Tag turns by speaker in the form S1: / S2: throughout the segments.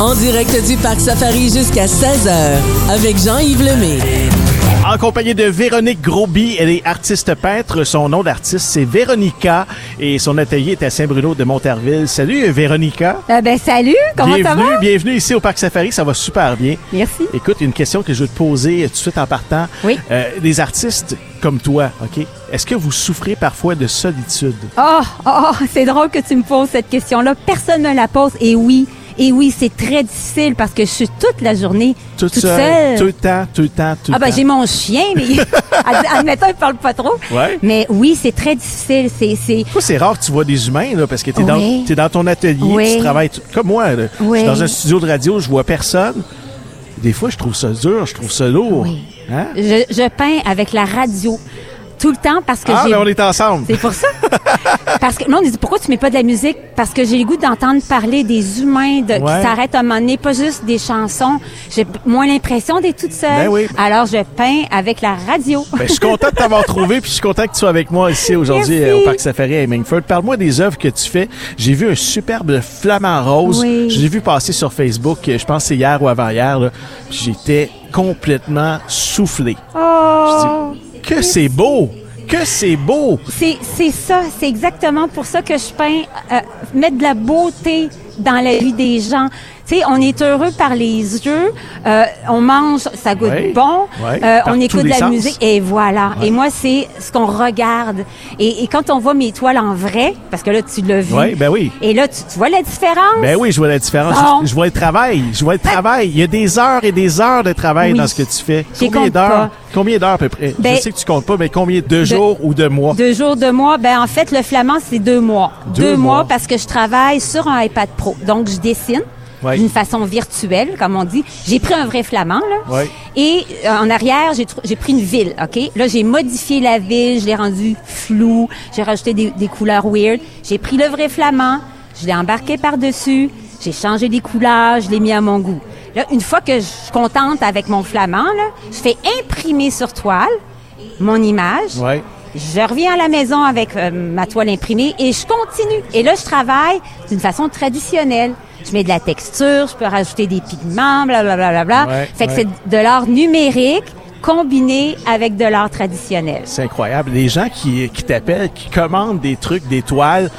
S1: En direct du Parc Safari jusqu'à 16h avec Jean-Yves Lemay.
S2: En compagnie de Véronique Grosby, elle est artiste peintre. Son nom d'artiste, c'est Véronica et son atelier est à Saint-Bruno de Montarville. Salut Véronica.
S3: Euh, ben salut, comment
S2: bienvenue,
S3: ça va?
S2: bienvenue ici au Parc Safari, ça va super bien.
S3: Merci.
S2: Écoute, une question que je veux te poser tout de suite en partant.
S3: Oui.
S2: Euh, des artistes comme toi, OK? Est-ce que vous souffrez parfois de solitude?
S3: Oh, oh, oh, c'est drôle que tu me poses cette question-là. Personne me la pose. Et oui, et oui, c'est très difficile parce que je suis toute la journée
S2: Toute,
S3: seule.
S2: Tout le temps, tout le temps, tout le
S3: Ah ben
S2: temps.
S3: j'ai mon chien, mais ad- admettons, il parle pas trop.
S2: Ouais.
S3: Mais oui, c'est très difficile. C'est, c'est,
S2: Toi, c'est rare que tu vois des humains, là, parce que t'es
S3: Oui.
S2: dans, t'es dans ton atelier,
S3: Oui.
S2: tu travailles tu- comme moi. là. Je
S3: Oui.
S2: suis dans un studio de radio, je vois personne. Des fois, je trouve ça dur, je trouve ça lourd.
S3: Oui.
S2: Hein?
S3: je, je peins avec la radio tout le temps parce que
S2: Ah,
S3: j'ai...
S2: mais on est ensemble.
S3: C'est pour ça. Parce que non, on dit pourquoi tu mets pas de la musique Parce que j'ai le goût d'entendre parler des humains de,
S2: Ouais.
S3: qui s'arrêtent à un moment donné, pas juste des chansons. J'ai p- moins l'impression d'être toute seule.
S2: Ben oui.
S3: Alors je peins avec la radio.
S2: Ben, je suis content de t'avoir trouvé, puis je suis content que tu sois avec moi ici aujourd'hui
S3: Merci.
S2: euh, au Parc Safari à Hemingford. Parle-moi des œuvres que tu fais. J'ai vu un superbe flamant rose.
S3: Oui.
S2: Je l'ai vu passer sur Facebook, euh, je pense que c'est hier ou avant-hier. là. Puis J'étais complètement soufflé.
S3: Oh.
S2: Que c'est beau! Que c'est beau!
S3: C'est c'est ça, c'est exactement pour ça que je peins euh, mettre de la beauté dans la vie des gens. Tu sais, on est heureux par les yeux, euh, on mange, ça goûte
S2: Ouais.
S3: bon,
S2: Ouais.
S3: euh,
S2: Par
S3: on
S2: tous
S3: écoute de
S2: les
S3: la
S2: sens.
S3: musique et voilà.
S2: Ouais.
S3: Et moi, c'est ce qu'on regarde. Et, et quand on voit mes toiles en vrai, parce que là, tu l'as vu.
S2: Ouais, ben oui.
S3: Et là, tu, tu vois la différence.
S2: Ben oui, je vois la différence.
S3: Bon. Ben-
S2: Je, je vois le travail. Je vois le travail. Il y a des heures et des heures de travail
S3: Oui.
S2: dans ce que tu fais.
S3: J'y
S2: Combien
S3: compte
S2: d'heures?
S3: pas.
S2: Combien d'heures à peu près?
S3: Ben,
S2: je sais que tu comptes pas, mais combien de jours ou de mois?
S3: Deux jours, deux mois. Ben en fait, le flamand, c'est deux mois.
S2: Deux
S3: mois.
S2: mois.
S3: parce que je travaille sur un iPad Pro. Donc, je dessine
S2: Ouais.
S3: d'une façon virtuelle, comme on dit. J'ai pris un vrai flamand, là.
S2: Ouais.
S3: Et euh, en arrière, j'ai tr- j'ai pris une ville, OK? Là, j'ai modifié la ville, je l'ai rendue floue, j'ai rajouté des, des couleurs weird. J'ai pris le vrai flamand, je l'ai embarqué par-dessus, j'ai changé les couleurs, je l'ai mis à mon goût. Là, une fois que je suis contente avec mon flamand, là, je fais imprimer sur toile mon image.
S2: Ouais.
S3: Je reviens à la maison avec euh, ma toile imprimée et je continue. Et là, je travaille d'une façon traditionnelle. Je mets de la texture, je peux rajouter des pigments, blablabla.
S2: Ouais,
S3: fait que
S2: ouais.
S3: c'est de l'art numérique combiné avec de l'art traditionnel.
S2: C'est incroyable. Les gens qui, qui t'appellent, qui commandent des trucs, des toiles,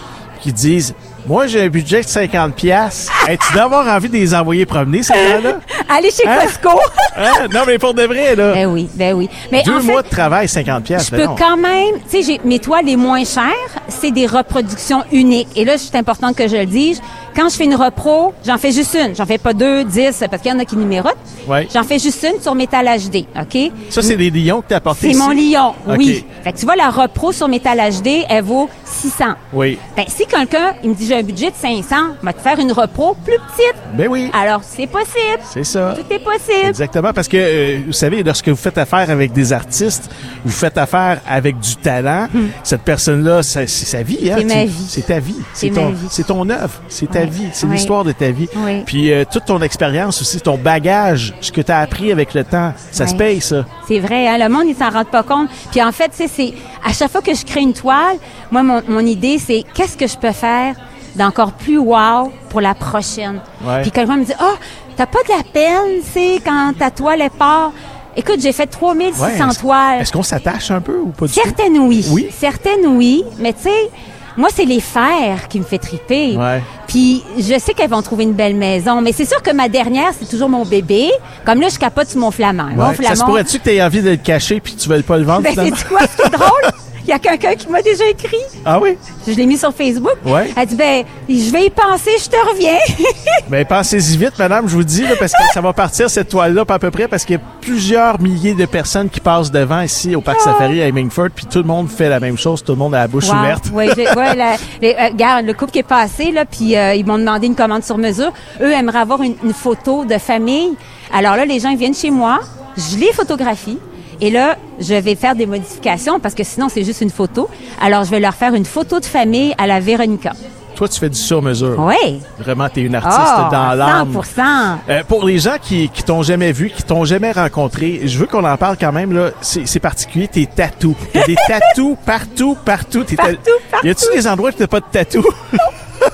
S2: qui disent Moi, j'ai un budget de 50$. pièces. tu dois avoir envie de les envoyer promener, ces gens-là?
S3: Allez chez
S2: Hein?
S3: Costco!
S2: Hein? Non, mais pour de vrai, là.
S3: ben oui, ben oui. Mais
S2: Deux
S3: en fait,
S2: mois de travail, ben 50$. pièces.
S3: je peux quand même, tu sais, j'ai- mes toiles les moins chères, c'est des reproductions uniques. Et là, c'est important que je le dise. Quand je fais une repro, j'en fais juste une. J'en fais pas deux, dix, parce qu'il y en a qui numérotent.
S2: Ouais.
S3: J'en fais juste une sur métal HD, OK?
S2: Ça, c'est des lions que t'as apportés.
S3: C'est mon
S2: ici.
S3: lion,
S2: OK.
S3: oui. Fait que tu vois, la repro sur métal HD, elle vaut 600.
S2: Oui.
S3: Ben, si quelqu'un, il me dit, j'ai un budget de 500, je vais te faire une repro plus petite.
S2: Ben oui.
S3: Alors, c'est possible.
S2: C'est ça.
S3: Tout est possible.
S2: Exactement, parce que euh, vous savez, lorsque vous faites affaire avec des artistes, vous faites affaire avec du talent. Cette personne-là, ça- c'est sa vie. Hein?
S3: Hmm. C'est ma
S2: Tu-
S3: vie.
S2: C'est ta vie. C'est
S3: ma
S2: ton,
S3: vie.
S2: c'est ton œuvre. C'est ta
S3: Ouais.
S2: vie. C'est
S3: Ouais.
S2: l'histoire de ta vie.
S3: Ouais.
S2: Puis euh, toute ton expérience aussi, ton bagage, ce que tu as appris avec le temps, ça se
S3: Ouais.
S2: paye, ça.
S3: C'est vrai, hein, le monde, il s'en rend pas compte. Puis en fait, tu sais, c'est à chaque fois que je crée une toile, moi, mon, mon idée, c'est qu'est-ce que je peux faire d'encore plus wow pour la prochaine.
S2: Ouais.
S3: Puis quelqu'un me dit, oh, t'as pas de la peine, tu sais, quand ta toile est part. Écoute, j'ai fait 3600
S2: Ouais, est-ce-
S3: toiles.
S2: Est-ce qu'on s'attache un peu ou pas du tout?
S3: Certaines oui.
S2: Oui?
S3: Certaines oui, mais tu sais, moi c'est les fers qui me fait triper.
S2: Ouais.
S3: Puis je sais qu'elles vont trouver une belle maison, mais c'est sûr que ma dernière c'est toujours mon bébé. Comme là je capote sur mon flamand. Mon
S2: Ouais. Ça se
S3: flamand.
S2: pourrait-tu que tu aies envie de le cacher puis que tu ne veuilles pas le vendre?
S3: Ben
S2: finalement?
S3: c'est quoi ce qui est drôle Il y a quelqu'un qui m'a déjà écrit.
S2: Ah oui?
S3: Je l'ai mis sur Facebook.
S2: Ouais.
S3: Elle dit ben je vais y penser, je te reviens.
S2: Ben, pensez-y vite, madame, je vous dis, là, parce que ça va partir, cette toile-là, pas à peu près, parce qu'il y a plusieurs milliers de personnes qui passent devant ici au Parc Safari à Hemingford, puis tout le monde fait la même chose, tout le monde a la bouche
S3: Wow.
S2: ouverte.
S3: Ouais, j'ai- ouais, la- les- euh, regarde, le couple qui est passé, là, puis euh, ils m'ont demandé une commande sur mesure. Eux aimeraient avoir une, une photo de famille. Alors là, les gens ils viennent chez moi, je les photographie. Et là, je vais faire des modifications parce que sinon, c'est juste une photo. Alors, je vais leur faire une photo de famille à la Véronica.
S2: Toi, tu fais du sur-mesure.
S3: Oui.
S2: Vraiment, t'es une
S3: Oh,
S2: artiste dans l'âme.
S3: 100
S2: Euh, pour les gens qui, qui t'ont jamais vu, qui t'ont jamais rencontré, je veux qu'on en parle quand même, là. C'est c'est particulier, tes tatous. T'as des tatous partout, partout. T'es ta-
S3: Partout, partout.
S2: Y a-tu des endroits où t'as pas de tatous?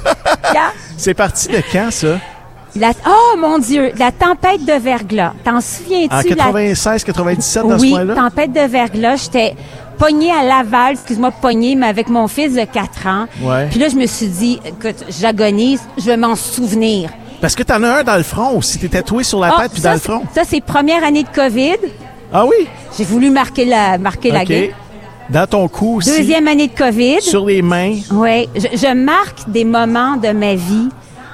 S3: Regarde.
S2: C'est parti de quand, ça?
S3: La- oh mon Dieu, la tempête de verglas. T'en
S2: En
S3: souviens-tu? la-
S2: 96, 97, dans ce
S3: oui,
S2: coin-là?
S3: tempête de verglas. J'étais pognée à Laval, excuse-moi, pognée, mais avec mon fils de 4 ans.
S2: Ouais.
S3: Puis là, je me suis dit, écoute, j'agonise, je vais m'en souvenir.
S2: Parce que t'en as un dans le front aussi. T'es tatoué sur la
S3: Ah,
S2: tête puis
S3: ça,
S2: dans le
S3: c'est-
S2: front.
S3: Ça, c'est première année de COVID.
S2: Ah oui?
S3: J'ai voulu marquer la, marquer la
S2: OK.
S3: guerre.
S2: Dans ton cou aussi.
S3: Deuxième année de COVID.
S2: Sur les mains.
S3: Oui, je, je marque des moments de ma vie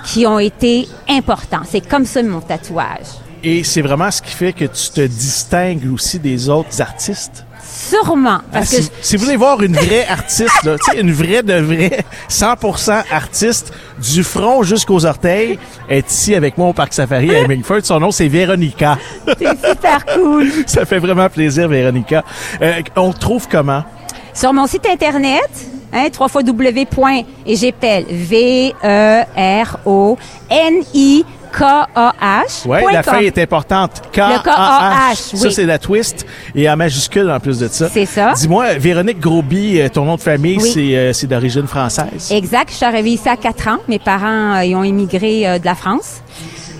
S3: qui ont été importants. C'est comme ça mon tatouage.
S2: Et c'est vraiment ce qui fait que tu te distingues aussi des autres artistes.
S3: Sûrement, parce
S2: Ah,
S3: que
S2: si, si vous voulez voir une vraie artiste, là, tu sais, une vraie de vraie, 100% artiste, du front jusqu'aux orteils, est ici avec moi au Parc Safari à Hemingford. Son nom, c'est Véronica.
S3: c'est super cool.
S2: Ça fait vraiment plaisir, Véronica. Euh, on te trouve comment?
S3: Sur mon site internet, hein, 3 fois W point, et j'appelle E V-E-R-O-N-I-K-A-H.
S2: Ouais,
S3: point
S2: la
S3: com.
S2: fin est importante. K
S3: Le
S2: A H.
S3: K-A-H,
S2: Ça
S3: oui.
S2: c'est la twist et en majuscule en plus de ça.
S3: C'est ça.
S2: Dis-moi, Véronique Grosby, euh, ton nom de famille,
S3: Oui.
S2: c'est euh, c'est d'origine française.
S3: Exact, je suis arrivée ici à 4 ans. Mes parents euh, ils ont immigré euh, de la France.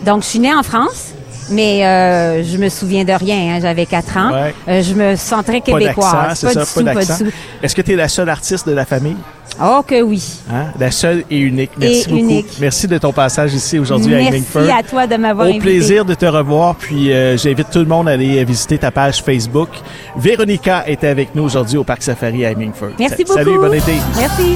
S3: Donc, je suis née en France, mais euh, je me souviens de rien. hein, J'avais 4 ans.
S2: Ouais.
S3: Euh, je me sens très
S2: Pas
S3: québécoise.
S2: d'accent, c'est ça, pas
S3: du tout, pas
S2: d'accent.
S3: du tout.
S2: Est-ce que tu es la seule artiste de la famille
S3: Oh que oui.
S2: Hein? La seule et unique. Merci
S3: Et
S2: beaucoup.
S3: unique.
S2: Merci de ton passage ici aujourd'hui à Hemingford.
S3: Merci à toi de m'avoir
S2: Au
S3: invitée.
S2: plaisir de te revoir, puis euh, j'invite tout le monde à aller visiter ta page Facebook. Véronica était avec nous aujourd'hui au Parc Safari à Hemingford.
S3: Merci beaucoup.
S2: Sa- Salut, bon été.
S3: Merci.